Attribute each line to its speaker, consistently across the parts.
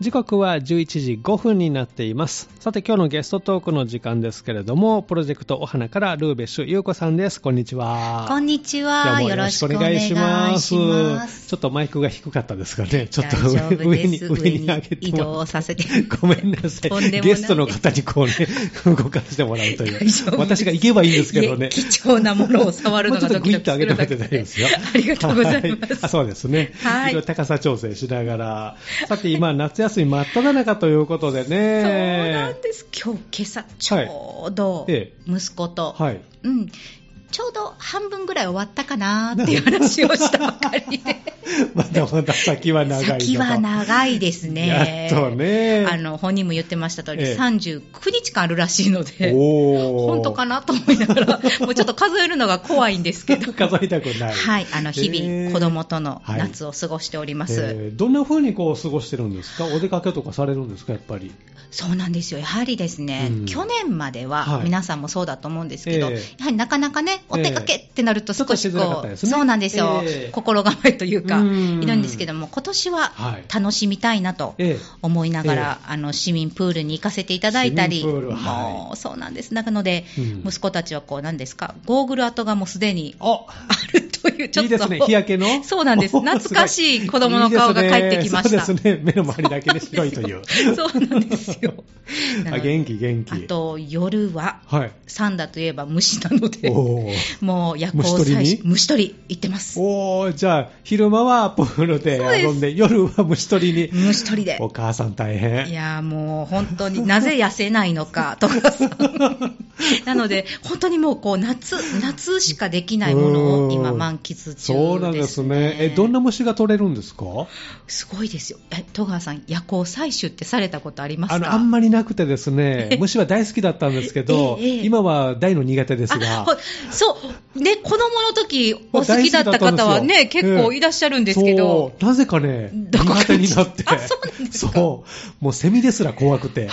Speaker 1: 時刻は11時5分になっていますさて今日のゲストトークの時間ですけれどもプロジェクトお花からルーベッシュ優子さんですこんにちは
Speaker 2: こんにち
Speaker 1: どう
Speaker 2: は。
Speaker 1: も
Speaker 2: よろしくお願いします。
Speaker 1: ちょっとマイクが低かったですかね。ちょっと
Speaker 2: 大丈夫
Speaker 1: 上
Speaker 2: で
Speaker 1: に、
Speaker 2: す。
Speaker 1: 上に上げて
Speaker 2: 移
Speaker 1: もら
Speaker 2: 動させて。
Speaker 1: ごめんなさ
Speaker 2: とんでも
Speaker 1: い。
Speaker 2: ない
Speaker 1: ゲストの方にこうね、動かしてもらうとい
Speaker 2: 大丈
Speaker 1: う。
Speaker 2: 夫
Speaker 1: 私が行けばいいんですけど
Speaker 2: いえ
Speaker 1: ね。
Speaker 2: 貴重なものを触る
Speaker 1: も
Speaker 2: の
Speaker 1: うちょっと
Speaker 2: がド
Speaker 1: グ
Speaker 2: キ
Speaker 1: イ
Speaker 2: ド
Speaker 1: ッと上げ
Speaker 2: キする
Speaker 1: てもらっ
Speaker 2: だ
Speaker 1: て
Speaker 2: け
Speaker 1: 大丈夫ですよ。
Speaker 2: ありがとうございま
Speaker 1: は
Speaker 2: す。
Speaker 1: あ そうですね。
Speaker 2: はい
Speaker 1: ろいろ高さ調整しながら。さて今、夏休み真っ只中ということでね。
Speaker 2: そうなんです。今日、今朝、ちょうど
Speaker 1: はいえ、
Speaker 2: 息子と、
Speaker 1: はい。
Speaker 2: うん、ちょうど半分ぐらい終わったかなーっていう話をしたばかりで。
Speaker 1: まだまだ先は 長いのか。
Speaker 2: 先は長いですね。
Speaker 1: やっとね
Speaker 2: あの、本人も言ってました通り、
Speaker 1: ええ
Speaker 2: 39日間あるらしいので。
Speaker 1: お
Speaker 2: 本当か
Speaker 1: な
Speaker 2: なと思いな がら、もうちょっと数えるのが怖いんですけど。
Speaker 1: 数えたくない。
Speaker 2: はい、あの、日
Speaker 1: えー
Speaker 2: 々、子供との
Speaker 1: はい
Speaker 2: 夏を過ごしております。
Speaker 1: えーどんな風にこう過ごしてるんですかお出かけとかされるんですかやっぱり。
Speaker 2: そうなんですよ。やはりですね、
Speaker 1: うん
Speaker 2: 去年までは、
Speaker 1: はい
Speaker 2: 皆さんもそうだと思うんですけど、
Speaker 1: ええ
Speaker 2: やはりなかなかね、お出かけってなると
Speaker 1: ええ
Speaker 2: 少し
Speaker 1: ちょっとしづらかっ
Speaker 2: こ
Speaker 1: た
Speaker 2: う、
Speaker 1: ですね
Speaker 2: そうなんですよ、
Speaker 1: ええ
Speaker 2: 心構えというか、
Speaker 1: うん
Speaker 2: いるんですけども、今年は
Speaker 1: はい
Speaker 2: 楽しみたいなと。
Speaker 1: ええ
Speaker 2: 思いながら、あの市民プールに行かせていただいたり、
Speaker 1: 市民プールはい
Speaker 2: もうそうなんです、なので、
Speaker 1: うん
Speaker 2: 息子たちはこう、なんですか、ゴーグル跡がもうすでに
Speaker 1: あ
Speaker 2: あるという、ちょっと、
Speaker 1: いいですね、日焼けの。
Speaker 2: そうなんです
Speaker 1: おー
Speaker 2: 懐かしい子供の顔が
Speaker 1: すごい
Speaker 2: 帰ってきました
Speaker 1: いいですねそうですね、目の周りだけで白いという。
Speaker 2: そうなんですよ。 な
Speaker 1: あ
Speaker 2: ので
Speaker 1: 元気、元気。
Speaker 2: あと、夜は、
Speaker 1: はい。
Speaker 2: サンダといえば虫なので、
Speaker 1: おー
Speaker 2: もう夜行
Speaker 1: 虫取り
Speaker 2: 採
Speaker 1: に
Speaker 2: 取、虫取り行ってます。
Speaker 1: おーじゃあ、昼間はプールで
Speaker 2: そうです
Speaker 1: 遊んで、夜は虫取りに。
Speaker 2: 虫取りで。
Speaker 1: お母さん大
Speaker 2: い
Speaker 1: 変。
Speaker 2: やーもう本当になぜ痩せないのかと かさなので本当にもうこう夏夏しかできないものを今
Speaker 1: うん
Speaker 2: 満喫中です、ね、
Speaker 1: そうなんですね。え、どんな虫が取れるんですか
Speaker 2: すごいですよえ戸川さん夜行採取ってされたことありますか
Speaker 1: あの、あんまりなくてですね、虫は大好きだったんですけど、
Speaker 2: ええええ
Speaker 1: 今は大の苦手です
Speaker 2: あ
Speaker 1: が。
Speaker 2: ほそう、ね、子供の時お好きだった方
Speaker 1: 大好きだった
Speaker 2: はね、
Speaker 1: んですよ
Speaker 2: 結構いらっしゃるんですけど、
Speaker 1: そうなぜかね、
Speaker 2: どこか
Speaker 1: 苦手になって。
Speaker 2: あ そうなんですか
Speaker 1: そうもうセミですら怖くて。
Speaker 2: ね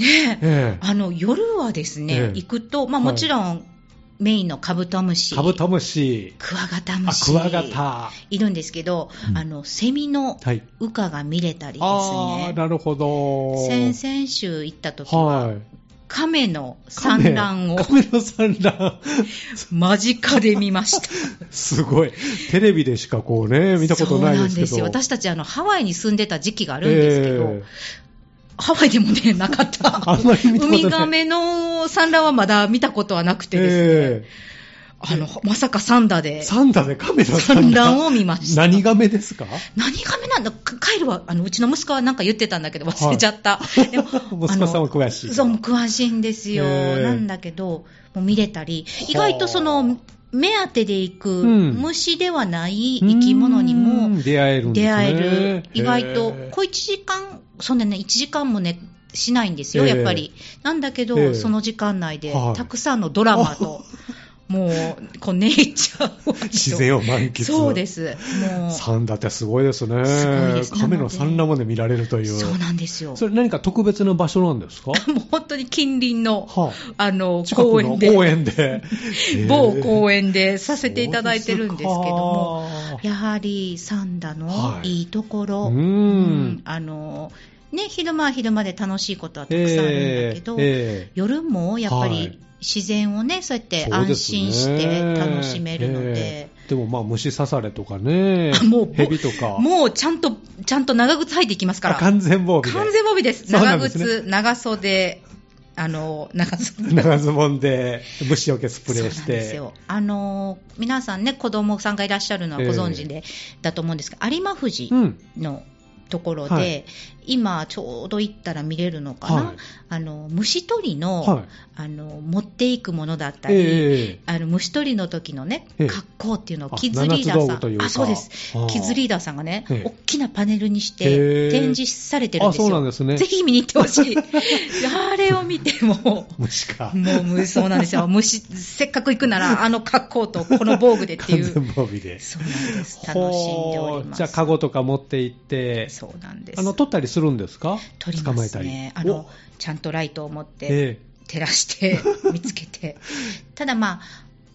Speaker 2: え、
Speaker 1: ええ
Speaker 2: あの夜はですね、
Speaker 1: ええ
Speaker 2: 行くと、まあ、
Speaker 1: はい
Speaker 2: もちろんメインのカブトムシ、
Speaker 1: カブトムシ、
Speaker 2: クワガタム
Speaker 1: あ
Speaker 2: シ、
Speaker 1: クワガタ。
Speaker 2: いるんですけど、
Speaker 1: うん
Speaker 2: あのセミの
Speaker 1: はい。
Speaker 2: 羽化が見れたりで
Speaker 1: ああ、
Speaker 2: すね。
Speaker 1: なるほど。
Speaker 2: 先々週行った時は、
Speaker 1: はい。
Speaker 2: 亀の産卵を
Speaker 1: カメの産卵。
Speaker 2: 間近で見ました。
Speaker 1: すごい。テレビでしかこうね、 見たことないですけど。
Speaker 2: そうなんですよ。私たちあの、ハワイに住んでた時期があるんですけど、
Speaker 1: ええ
Speaker 2: ハワイでもね、なかった。
Speaker 1: あんまり見たこと
Speaker 2: ウ
Speaker 1: ない
Speaker 2: ミガメの産卵はまだ見たことはなくてですね、
Speaker 1: え
Speaker 2: あの、まさかサンダ
Speaker 1: え
Speaker 2: で
Speaker 1: サンダでカメの産
Speaker 2: 産
Speaker 1: 卵。
Speaker 2: 卵を見ました。
Speaker 1: 何ガメですか
Speaker 2: 何ガメなんだかカイルは、あの、うちの息子はなんか言ってたんだけど、忘れちゃった。でも
Speaker 1: 息子さんは詳しい
Speaker 2: あのそう、詳しいんですよ。
Speaker 1: へー
Speaker 2: なんだけど、もう見れたり
Speaker 1: はあ、
Speaker 2: 意外とその、目当てで行く、
Speaker 1: うん
Speaker 2: 虫ではない生き物にも、
Speaker 1: うん出会えるんですね
Speaker 2: 出会える、意外と
Speaker 1: へえ、
Speaker 2: 小1時間、そんなね、1時間もね、しないんですよ、
Speaker 1: ええ
Speaker 2: やっぱり。なんだけど、
Speaker 1: ええ
Speaker 2: その時間内で
Speaker 1: はい、
Speaker 2: たくさんのドラマと、もう、こう、ネイチャーを。
Speaker 1: 自然を満喫
Speaker 2: そうです。もう、
Speaker 1: サンダってすごいですね。
Speaker 2: すごいです
Speaker 1: カメの産卵まで見られるという。
Speaker 2: そうなんですよ。
Speaker 1: それ何か特別な場所なんですか
Speaker 2: もう本当に近隣の、
Speaker 1: は
Speaker 2: あの
Speaker 1: あ、、近くの
Speaker 2: 公園で、。
Speaker 1: 公園で
Speaker 2: 某
Speaker 1: 園
Speaker 2: 公園でさせていただいてるんですけども、
Speaker 1: も
Speaker 2: やはりサンダの
Speaker 1: はい
Speaker 2: いいところ、
Speaker 1: うーん
Speaker 2: うんあのね、昼間は昼間で楽しいことはたくさんあるんだけど、
Speaker 1: ええ
Speaker 2: 夜もやっぱ
Speaker 1: は
Speaker 2: り
Speaker 1: い
Speaker 2: 自然をね、そうやって
Speaker 1: そうで
Speaker 2: 安
Speaker 1: すね
Speaker 2: 心して楽しめるので、
Speaker 1: ええでもまあ虫刺されとかね
Speaker 2: あもう
Speaker 1: 蛇とか
Speaker 2: もうちゃんと、ちゃんと長靴履いていきますか
Speaker 1: あ
Speaker 2: ら、
Speaker 1: 完
Speaker 2: 完
Speaker 1: 全防備で
Speaker 2: 全防備です、
Speaker 1: そうな
Speaker 2: 長
Speaker 1: んですね
Speaker 2: 靴、長袖、あの長袖。
Speaker 1: 長ズボンで虫除けスプレーし
Speaker 2: そうなんです
Speaker 1: て
Speaker 2: よあのー皆さんね、子供さんがいらっしゃるのはご存知で、だと思うんですが、有馬富士
Speaker 1: うん
Speaker 2: のところで、
Speaker 1: はい
Speaker 2: 今、ちょうど行ったら見れるのかな、
Speaker 1: はい
Speaker 2: あの虫取りの,、
Speaker 1: はい
Speaker 2: あの持っていくものだったり、
Speaker 1: ええ
Speaker 2: あの虫取りの時のね、
Speaker 1: ええ
Speaker 2: 格好っていうのを
Speaker 1: あ
Speaker 2: キッズリーダー
Speaker 1: 七つ道具と
Speaker 2: さ、
Speaker 1: いうんか
Speaker 2: あそうです
Speaker 1: ああ
Speaker 2: キッズリーダーさんがね、
Speaker 1: ええ
Speaker 2: 大きなパネルにし
Speaker 1: へえ
Speaker 2: て展示されてるん
Speaker 1: あ
Speaker 2: ですよ、
Speaker 1: そうなんですね
Speaker 2: ぜひ見に行って ほしい、あれを見ても、
Speaker 1: 虫か
Speaker 2: もう無そうなんで すよ、虫せっかく行くなら、あの格好とこの防具でってい
Speaker 1: 完全
Speaker 2: う、
Speaker 1: 防備で
Speaker 2: そうなんです、楽しんでおり
Speaker 1: ほう
Speaker 2: ます。
Speaker 1: じゃあ、カゴとか持って行って、
Speaker 2: そうなんです
Speaker 1: あの取ったりするんですか
Speaker 2: 取りますね、あの
Speaker 1: お
Speaker 2: ちゃんとライトを持って
Speaker 1: え
Speaker 2: 照らして 見つけて、ただまあ、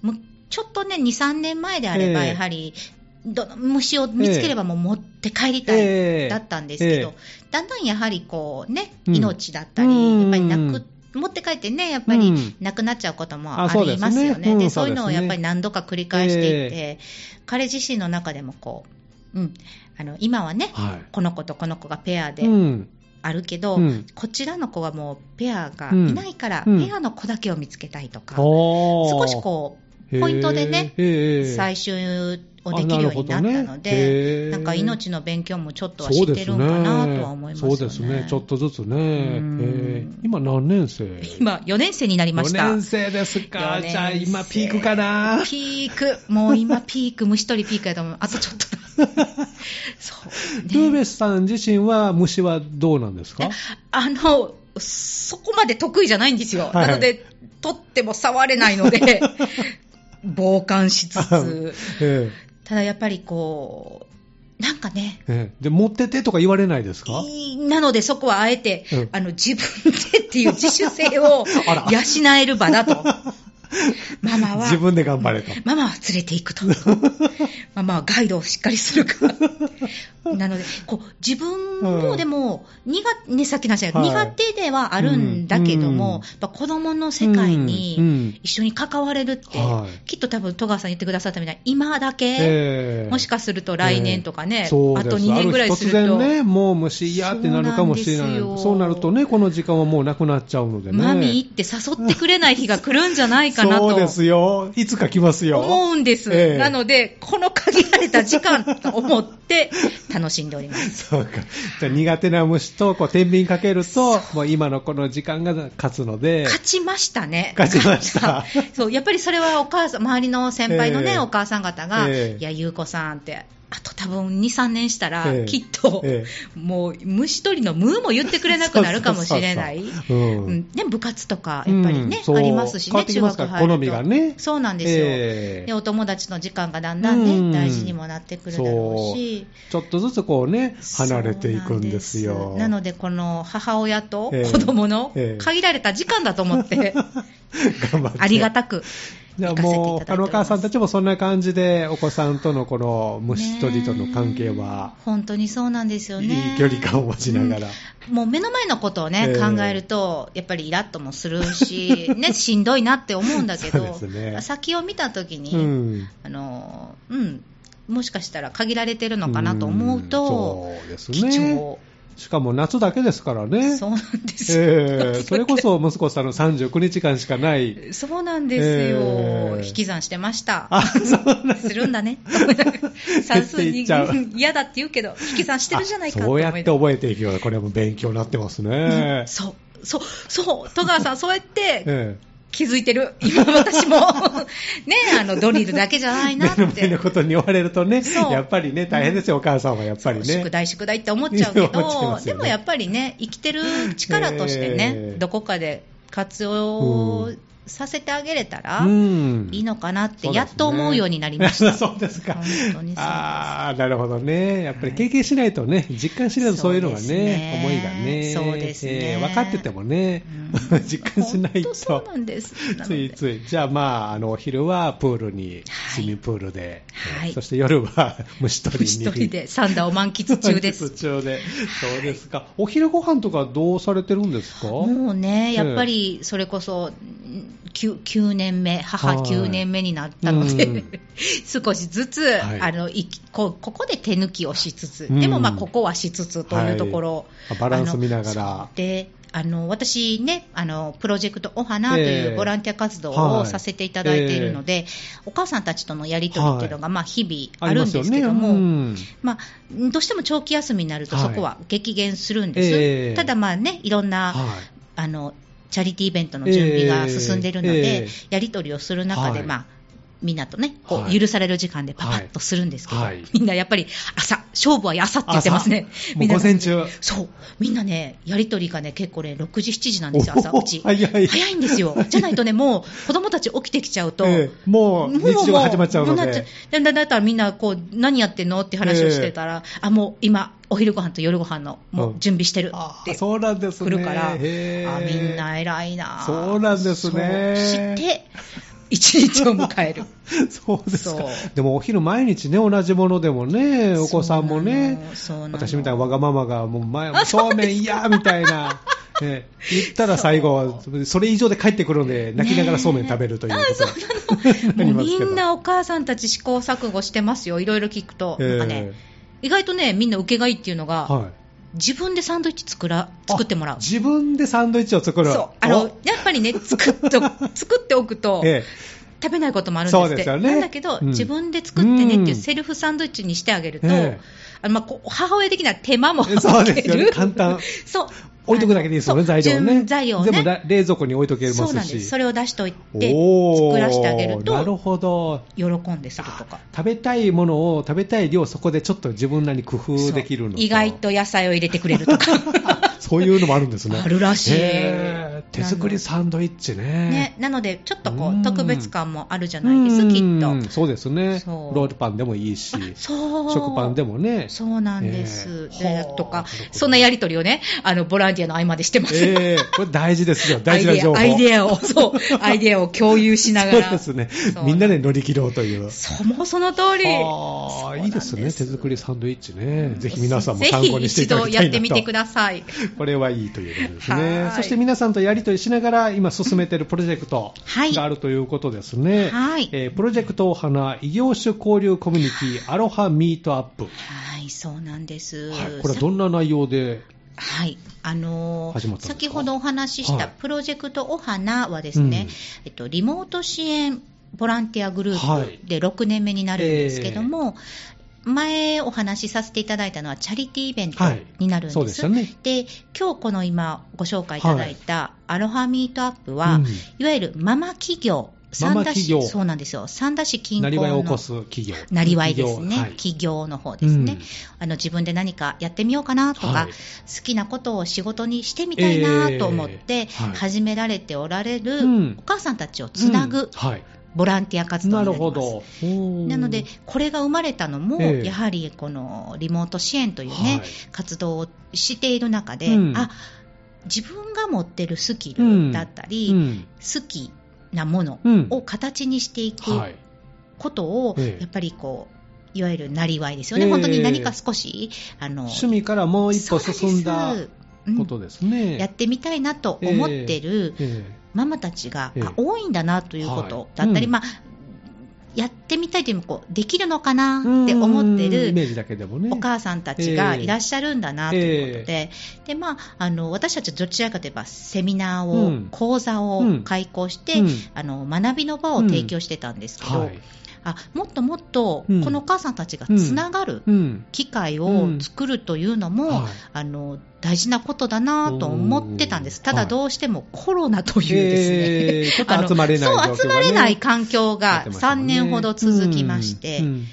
Speaker 2: むちょっとね、2、3年前であれば、
Speaker 1: ええ
Speaker 2: やはりどの虫を見つければもう持って帰りたい、
Speaker 1: ええ
Speaker 2: だったんですけど、
Speaker 1: え
Speaker 2: だんだんやはりこうね、
Speaker 1: うん
Speaker 2: 命だったり、
Speaker 1: うん
Speaker 2: やっぱりなく持って帰ってね、やっぱり
Speaker 1: うん
Speaker 2: なくなっちゃうこともあ
Speaker 1: あそうで
Speaker 2: り
Speaker 1: すね
Speaker 2: ますよね。で
Speaker 1: うん
Speaker 2: そういうの
Speaker 1: そ
Speaker 2: を
Speaker 1: うです
Speaker 2: や
Speaker 1: ね
Speaker 2: っぱり何度か繰り返していて、彼自身の中でもこう、うん、あの今はね、
Speaker 1: は
Speaker 2: この子とこの子がペア
Speaker 1: い。う
Speaker 2: で
Speaker 1: ん。
Speaker 2: あるけど、
Speaker 1: うん
Speaker 2: こちらの子はもうペアがいないから、
Speaker 1: うん
Speaker 2: ペアの子だけを見つけたいとか、
Speaker 1: 少
Speaker 2: 少しこ
Speaker 1: う
Speaker 2: ポイントでね、う、
Speaker 1: 最
Speaker 2: 採集をできるようになったので、なんか命の勉強もちょっとは
Speaker 1: そう
Speaker 2: し
Speaker 1: で
Speaker 2: て
Speaker 1: す
Speaker 2: るん
Speaker 1: ね
Speaker 2: かなとは思いますよね。
Speaker 1: そうですね、ちょっとずつね、へ
Speaker 2: ん
Speaker 1: ー今、何年生
Speaker 2: 今、4年生になりまし
Speaker 1: ?4
Speaker 2: た
Speaker 1: 年。生ですか
Speaker 2: 四、年生
Speaker 1: じゃあ今、ピークかな、
Speaker 2: ピーク、もう今ピーク、虫取りピークやと思う。あとちょっと だ。そう、
Speaker 1: ルーベスさん自身は、虫はどうなんですか
Speaker 2: あの、そこまで得意じゃないんですよ。
Speaker 1: はい
Speaker 2: なので、取っても触れない ので、傍観しつつ、
Speaker 1: え
Speaker 2: ただやっぱりこう、なんかね、
Speaker 1: えええで持っててとか言われないですか
Speaker 2: いなので、そこはあえて、
Speaker 1: うん
Speaker 2: あの自分でっていう自主性を
Speaker 1: あら
Speaker 2: 養える場だと、 ママは
Speaker 1: 自分で頑張れと。
Speaker 2: ママは連れて行くと、 ママはガイドをしっかりするから、なので、こう自分
Speaker 1: う
Speaker 2: も
Speaker 1: ん
Speaker 2: でも、苦ね、さっきの話だけど、
Speaker 1: はい
Speaker 2: 苦手ではあるんだけど
Speaker 1: うん
Speaker 2: も、やっぱ子どもの世界
Speaker 1: うんう
Speaker 2: に
Speaker 1: ん
Speaker 2: 一緒に関われるって、
Speaker 1: はい
Speaker 2: きっと多分戸川さん言ってくださったみたいな、今だけ。
Speaker 1: ええ
Speaker 2: もしかすると来年とかね、
Speaker 1: そう
Speaker 2: あ
Speaker 1: です
Speaker 2: と2年ぐらいすると。
Speaker 1: ある日突然ね、もう虫嫌ってなるかもしれない。
Speaker 2: そうなんです
Speaker 1: そ
Speaker 2: よ
Speaker 1: うなるとね、この時間はもうなくなっちゃうのでね。
Speaker 2: マミーって誘ってくれない日が来るんじゃないかな
Speaker 1: そうで
Speaker 2: と
Speaker 1: すよ。いつか来ますよ。
Speaker 2: 思うんです。
Speaker 1: ええ
Speaker 2: なので、この限られた時間と 思って楽しんでおります。
Speaker 1: そうか。じゃあ苦手な虫とこう天秤かけると、もう今のこの時間が勝つので。
Speaker 2: 勝ちましたね。
Speaker 1: 勝ちました
Speaker 2: 勝った そう、やっぱりそれはお母さん、周りの先輩のね、
Speaker 1: ええ
Speaker 2: お母さん方が、
Speaker 1: ええ
Speaker 2: いや、ゆうこさんって、あと多分2、3年したら、
Speaker 1: ええ
Speaker 2: きっと、
Speaker 1: え
Speaker 2: もう虫取りのムーも言ってくれなくなるかもしれない。
Speaker 1: そうそうそうそううん
Speaker 2: うんね、部活とか、やっぱりね
Speaker 1: うん、そう
Speaker 2: ありますし
Speaker 1: 変わ
Speaker 2: ね、
Speaker 1: ってき
Speaker 2: 中
Speaker 1: ます
Speaker 2: 学
Speaker 1: から
Speaker 2: 入ると
Speaker 1: 好みがね
Speaker 2: そうなんですよ、
Speaker 1: ええ
Speaker 2: でお友達の時間がだんだんね、
Speaker 1: うん
Speaker 2: 大事にもなってくるだろうし。
Speaker 1: ちょっとずつこうね、離れていくんです
Speaker 2: そうなん
Speaker 1: よ。
Speaker 2: ですなので、この母親と
Speaker 1: ええ
Speaker 2: 子供の
Speaker 1: ええ
Speaker 2: 限られた時間だと思 って、
Speaker 1: 頑張って。
Speaker 2: ありがたく
Speaker 1: じゃあ
Speaker 2: 行かせていただいてお
Speaker 1: も
Speaker 2: り
Speaker 1: う、
Speaker 2: ます
Speaker 1: あのお母さんたちもそんな感じで、お子さんとのこの虫取りとの関係は
Speaker 2: ね、え本当にそうなんですよね
Speaker 1: いい距離感を持ちながら。
Speaker 2: うんもう目の前のことをね、
Speaker 1: ええ
Speaker 2: 考えるとやっぱりイラッともする し、ね、しんどいなって思うんだけど
Speaker 1: そうですね
Speaker 2: 先を見たときに、
Speaker 1: うん
Speaker 2: あのうん、もしかしたら限られてるのかなと思うと、
Speaker 1: んそうです
Speaker 2: 貴
Speaker 1: ね。
Speaker 2: 重、
Speaker 1: しかも夏だけですからね。
Speaker 2: そうなんですよ、
Speaker 1: ええそれこそ息子さんの39日間しかない。
Speaker 2: そうなんですよ、
Speaker 1: ええ
Speaker 2: 引き算してました。
Speaker 1: あ、そうなんです
Speaker 2: するんだね 算数
Speaker 1: 減ってい
Speaker 2: に
Speaker 1: っちゃう
Speaker 2: うん嫌だって言うけど引き算してるじゃないか
Speaker 1: あ
Speaker 2: と
Speaker 1: そう
Speaker 2: 思い
Speaker 1: や
Speaker 2: な
Speaker 1: っ
Speaker 2: が
Speaker 1: て
Speaker 2: ら
Speaker 1: 覚えていくような、これはもう勉強になってますね。
Speaker 2: そう、そう、そう、戸川さ ん、そうやって
Speaker 1: え
Speaker 2: 気づいてる、今、私も、 ね、あのドリルだけじゃない
Speaker 1: え
Speaker 2: な
Speaker 1: 目
Speaker 2: っ
Speaker 1: の前
Speaker 2: て
Speaker 1: の。ことに追われるとね、
Speaker 2: そう
Speaker 1: やっぱりね、大変ですよ、お母さんはやっぱりね
Speaker 2: 宿。題、宿題って思っちゃうけど、
Speaker 1: 思っちゃいます
Speaker 2: で
Speaker 1: よね
Speaker 2: もやっぱりね、生きてる力としてね、
Speaker 1: ええ
Speaker 2: どこかで活用させてあげれたら、
Speaker 1: ん
Speaker 2: いいのかなって、
Speaker 1: そうです
Speaker 2: や
Speaker 1: ね
Speaker 2: っと思うようになりました。
Speaker 1: そうですか
Speaker 2: 本当にそうです。
Speaker 1: ああ、なるほどね。やっぱり経験しないとね、実感しないとそういうのが
Speaker 2: そうですね
Speaker 1: ね、思いがね、
Speaker 2: そうですね
Speaker 1: えー分かっててもね、
Speaker 2: うん
Speaker 1: 実感しない
Speaker 2: 本当そう
Speaker 1: と
Speaker 2: な。んです。なの
Speaker 1: つい
Speaker 2: で
Speaker 1: つい。じゃあまあ、あの、お昼はプールに、
Speaker 2: はい
Speaker 1: 市民プールで、
Speaker 2: はい
Speaker 1: そして夜は虫取りに。
Speaker 2: 一人でサンダーを満喫中 です。
Speaker 1: 途中で。そうですか。お昼ご飯とかどうされてるんですか
Speaker 2: もうね、
Speaker 1: ええ
Speaker 2: やっぱりそれこそん 9, 9年目、母
Speaker 1: はい
Speaker 2: 9年目になったので、
Speaker 1: うん
Speaker 2: 少しずつ、
Speaker 1: はい
Speaker 2: あのいきこここで手抜きをしつつ、
Speaker 1: うん
Speaker 2: でもまあここはしつつというところ、
Speaker 1: はいあバランス見ながら
Speaker 2: あのそうであの私ねあの、プロジェクトお花とい
Speaker 1: ええ
Speaker 2: うボランティア活動
Speaker 1: は
Speaker 2: を
Speaker 1: い
Speaker 2: させていただいているので、お母さんたちとのやり取りっていうのが、まあ、日々あるんですけども。
Speaker 1: うん
Speaker 2: まあ、どうしても長期休みになると、
Speaker 1: はい
Speaker 2: そこは激減するんです、
Speaker 1: ええ
Speaker 2: ただまあ、ね、いろんな、
Speaker 1: はい
Speaker 2: あのチャリティーイベントの準備が進んでいるので、
Speaker 1: ええええ
Speaker 2: やり取りをする中で、
Speaker 1: はい
Speaker 2: まあみんなとね、こ
Speaker 1: はいう
Speaker 2: 許される時間でパパッとするんですけど、
Speaker 1: はいはい
Speaker 2: みんなやっぱり朝、勝負は朝って言ってますね、
Speaker 1: 朝も
Speaker 2: み
Speaker 1: うん
Speaker 2: な
Speaker 1: 午前中。
Speaker 2: そう、みんなね、やり取りがね、結構ね、6時、7時なんですよ、
Speaker 1: お
Speaker 2: 朝、うち、
Speaker 1: 早い
Speaker 2: 早いんですよ、 じゃないとね、もう子供たち起きてきちゃうと、
Speaker 1: ええもう日常が始まっちゃうの
Speaker 2: ももな
Speaker 1: で。
Speaker 2: だんだんだったらみんなこう何やってんのって話をしてたら、あもう今お昼ご飯と夜ご飯のもう準備してる
Speaker 1: あ
Speaker 2: って
Speaker 1: そうなんですね。
Speaker 2: 来るから、あ
Speaker 1: へー
Speaker 2: みんな偉いな
Speaker 1: そうなんですね
Speaker 2: そうして一日を迎 える。
Speaker 1: そうですか
Speaker 2: そう。
Speaker 1: でもお昼毎日ね、同じものでもね、お子さんもね、
Speaker 2: そうなの
Speaker 1: 私みたいなわがままがもう前
Speaker 2: あ、そ
Speaker 1: そうう
Speaker 2: です
Speaker 1: め
Speaker 2: か
Speaker 1: ん嫌みたいな。ええ言ったら最後、それ以上で帰ってくるので、泣きながらそうめん食べるということになり
Speaker 2: も
Speaker 1: ま
Speaker 2: う
Speaker 1: す
Speaker 2: み
Speaker 1: けど
Speaker 2: んなお母さんたち試行錯誤してますよ、いろいろ聞くと、なんかね
Speaker 1: え
Speaker 2: 意外とね、みんな受けがいいっていうの
Speaker 1: え
Speaker 2: が、
Speaker 1: はい
Speaker 2: 自分でサンドイッチ作ら作ってもらう
Speaker 1: あ、自分でサンドイッチを作る。
Speaker 2: そうあ
Speaker 1: お
Speaker 2: のやっぱりね、作っ と作っておくと、
Speaker 1: え
Speaker 2: 食べないこともあるんですって、
Speaker 1: そうですよね
Speaker 2: なんだけど、
Speaker 1: うん
Speaker 2: 自分で作ってねっていううんセルフサンドイッチにしてあげると、
Speaker 1: ええ
Speaker 2: あのまあ、こう母親的な手間も
Speaker 1: えそう
Speaker 2: 省
Speaker 1: で
Speaker 2: け
Speaker 1: すよね、
Speaker 2: る
Speaker 1: 簡単。
Speaker 2: そう
Speaker 1: 置いとくだけでいいですよね、
Speaker 2: あの
Speaker 1: 材料
Speaker 2: そう
Speaker 1: ね。
Speaker 2: 準材料をね
Speaker 1: 全部ら冷蔵庫に置いとけますし。
Speaker 2: そうなんですそれを出しておいて
Speaker 1: おー
Speaker 2: 作らせてあげる
Speaker 1: なる
Speaker 2: と
Speaker 1: ほど。
Speaker 2: 喜んでするとか
Speaker 1: 食べたいものを食べたい量そこでちょっと自分なりに工夫できるの
Speaker 2: そう意外と野菜を入れてくれる とか
Speaker 1: そういうのもあるんですね
Speaker 2: あるらしい
Speaker 1: へー手作りサンドイッチね
Speaker 2: ね、なのでちょっとこ
Speaker 1: うん
Speaker 2: う特別感もあるじゃないですきっ
Speaker 1: うん
Speaker 2: と
Speaker 1: そうですね
Speaker 2: そう
Speaker 1: ロールパンでもいいし
Speaker 2: そう
Speaker 1: 食パンでもね
Speaker 2: そうなんです、
Speaker 1: ええ
Speaker 2: でと
Speaker 1: はあな
Speaker 2: か
Speaker 1: るほど
Speaker 2: そんなやり取りをねあのボランティアの合間でしてます、
Speaker 1: ええこれ大事ですよ大事な情報
Speaker 2: アイデアアイデアをそうアイデアを共有しながら
Speaker 1: そうです
Speaker 2: そ
Speaker 1: ね
Speaker 2: う
Speaker 1: みんなで乗り切ろうという
Speaker 2: そもその通り
Speaker 1: ああいいですね手作りサンドイッチねぜひ皆さんも
Speaker 2: ぜ
Speaker 1: 参
Speaker 2: ひ
Speaker 1: 考にしてい
Speaker 2: 一
Speaker 1: ただ
Speaker 2: 度
Speaker 1: きたいなと
Speaker 2: やってみてください
Speaker 1: これはいいということですね
Speaker 2: は。い
Speaker 1: そして皆さんとやりとりしながら今進めているプロジェクト
Speaker 2: はい
Speaker 1: があるということですね。
Speaker 2: はい
Speaker 1: えープロジェクトお花異業種交流コミュニティアロハミートアップ。は
Speaker 2: はいそうなんです、
Speaker 1: い、これはどんな内容で
Speaker 2: はい、あのー
Speaker 1: 始まったんですか
Speaker 2: 先ほどお話しし
Speaker 1: は
Speaker 2: た
Speaker 1: い
Speaker 2: プロジェクトお花はですね、
Speaker 1: うん
Speaker 2: えっと、リモート支援ボランティアグループで6年目になるんですけども、前お話しさせていただいたのはチャリティーイベント
Speaker 1: はい
Speaker 2: になるんです。
Speaker 1: そうでしたね。
Speaker 2: で今日この今ご紹介いただいたアロハミートアップは、
Speaker 1: うん
Speaker 2: いわゆるママ企業
Speaker 1: ママ
Speaker 2: 三田
Speaker 1: 企
Speaker 2: 市
Speaker 1: 業
Speaker 2: そうなんですよ三田市近
Speaker 1: な
Speaker 2: 郊
Speaker 1: りわいを起こ
Speaker 2: の
Speaker 1: す企業。
Speaker 2: なりわいですね、
Speaker 1: 企
Speaker 2: 企業の方ですね、
Speaker 1: うん
Speaker 2: あの自分で何かやってみようかなとか、
Speaker 1: はい
Speaker 2: 好きなことを仕事にしてみたいなと思って、
Speaker 1: えーはい
Speaker 2: 始められておられる
Speaker 1: うん
Speaker 2: お母さんたちをつな
Speaker 1: うん
Speaker 2: ぐ
Speaker 1: はい。
Speaker 2: ボランティア活動
Speaker 1: な
Speaker 2: に
Speaker 1: る
Speaker 2: なり
Speaker 1: ほ
Speaker 2: ます。
Speaker 1: ど。な
Speaker 2: なので、これが生まれたのも、
Speaker 1: ええ
Speaker 2: やはりこのリモート支援というね、
Speaker 1: はい
Speaker 2: 活動をしている中で、
Speaker 1: うん
Speaker 2: あ自分が持ってるスキ
Speaker 1: う
Speaker 2: ル
Speaker 1: ん
Speaker 2: だった
Speaker 1: う
Speaker 2: り、
Speaker 1: ん。
Speaker 2: 好きなもの
Speaker 1: うん
Speaker 2: を形にしていく
Speaker 1: はい。
Speaker 2: ことを、
Speaker 1: ええ
Speaker 2: やっぱりこういわゆるなりわいですよね、
Speaker 1: ええ
Speaker 2: 本当に何か少しあの
Speaker 1: 趣味からもう一歩進んだ
Speaker 2: そうなんです
Speaker 1: ことです
Speaker 2: うんやっ
Speaker 1: ね。
Speaker 2: てみたいなと思ってる
Speaker 1: ええ
Speaker 2: ママたちが、
Speaker 1: ええ
Speaker 2: あ多いんだなということ、
Speaker 1: はい
Speaker 2: だったり、
Speaker 1: うん
Speaker 2: まあ、やってみたいというよりもこうできるのかなって思って
Speaker 1: うんイメ
Speaker 2: る
Speaker 1: ージだけでもね。
Speaker 2: お母さんたちが
Speaker 1: ええ
Speaker 2: いらっしゃるんだなということで,、でまあ、あの私たちはどちらかといえばセミナーを、
Speaker 1: うん
Speaker 2: 講座を
Speaker 1: うん
Speaker 2: 開講して、
Speaker 1: うん
Speaker 2: あの学びの場を提供してたんですけど、
Speaker 1: はい。
Speaker 2: あもっともっと
Speaker 1: うん
Speaker 2: このお母さんたちがつながる
Speaker 1: うん。
Speaker 2: 機会を作るというのも、
Speaker 1: はい
Speaker 2: あの大事なことだなと思ってたんで
Speaker 1: お
Speaker 2: す、
Speaker 1: ー
Speaker 2: ただどうしてもコロナというですね、
Speaker 1: えーちょっと集まれない
Speaker 2: あ
Speaker 1: 状
Speaker 2: の
Speaker 1: 況がね
Speaker 2: そう集まれない環境
Speaker 1: やっ
Speaker 2: が
Speaker 1: てました
Speaker 2: 3
Speaker 1: もんね
Speaker 2: 年ほど続きまして、
Speaker 1: うんうん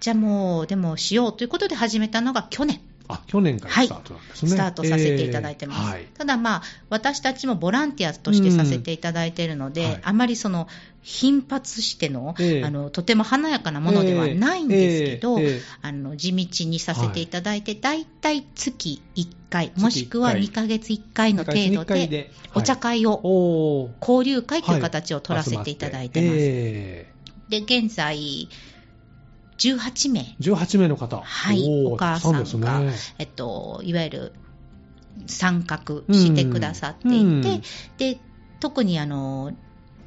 Speaker 2: じゃあもう、でもしようということで始めたのが去年、
Speaker 1: あ去年からスタートなんですね、
Speaker 2: スタートさせていただいてます。ただまあ、私たちもボランティアとしてさせていただいているので、
Speaker 1: うんはい
Speaker 2: あまりその、頻発しての、
Speaker 1: ええ
Speaker 2: あの、とても華やかなものではないんですけど、
Speaker 1: えーえー
Speaker 2: あの地道にさせていただいて、だいたい月1回、
Speaker 1: 月
Speaker 2: もしくは
Speaker 1: 1回
Speaker 2: 2ヶ月1回
Speaker 1: えー
Speaker 2: の程度
Speaker 1: なんか一二回
Speaker 2: で、
Speaker 1: はい
Speaker 2: お茶会を、
Speaker 1: おー
Speaker 2: 交流会という形を取らせていただいてます。
Speaker 1: はいえ
Speaker 2: で、現在、18名、
Speaker 1: ー18名の方、
Speaker 2: はい
Speaker 1: ー
Speaker 2: お母さんが
Speaker 1: たくさんですね
Speaker 2: えっと、いわゆる参画してくださっていて、
Speaker 1: うん
Speaker 2: で、特にあの、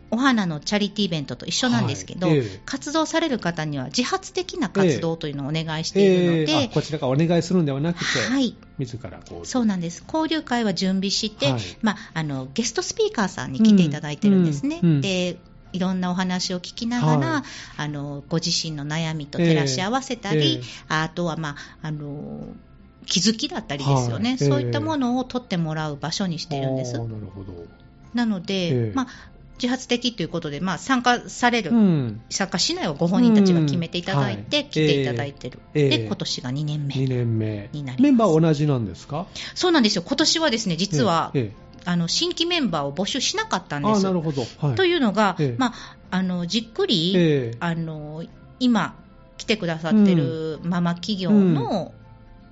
Speaker 2: お花のチャリティーイベントと一緒なんですけど、
Speaker 1: はいええ
Speaker 2: 活動される方には自発的な活動というのをお願いしているので、
Speaker 1: えーあこちらからお願いするんではなくて、
Speaker 2: はい、
Speaker 1: 自らこう
Speaker 2: そうなんです交流会は準備して、
Speaker 1: はい
Speaker 2: まあ、あのゲストスピーカーさんに来ていただいてるんですね。
Speaker 1: うんうん
Speaker 2: でいろんなお話を聞きながら、
Speaker 1: はい
Speaker 2: あのご自身の悩みと照らし合わせた
Speaker 1: ええ
Speaker 2: り、あとは、まあ、あの気づきだったりですよね、
Speaker 1: はい
Speaker 2: そういったものを取ってもらう場所にしているんです
Speaker 1: あー。なるほど、
Speaker 2: なので、
Speaker 1: ええ
Speaker 2: まあ、自発的ということで、まあ、参加される、
Speaker 1: うん、
Speaker 2: 参加しないをご本人たちが決めていただいて、
Speaker 1: うんはい
Speaker 2: 来ていただいてる、
Speaker 1: ええええ
Speaker 2: で今年が2年目
Speaker 1: 2年目
Speaker 2: になります
Speaker 1: メンバーは同じなんですか
Speaker 2: そうなんですよ、今年はですね、実は、
Speaker 1: えーえ
Speaker 2: あの新規メンバーを募集しなかったん
Speaker 1: ー
Speaker 2: で
Speaker 1: あー
Speaker 2: す
Speaker 1: な。るほど、はい、
Speaker 2: というのが、
Speaker 1: ええ
Speaker 2: まあ、あのじっくり、
Speaker 1: えー
Speaker 2: あの今、来てくださってるママ企業の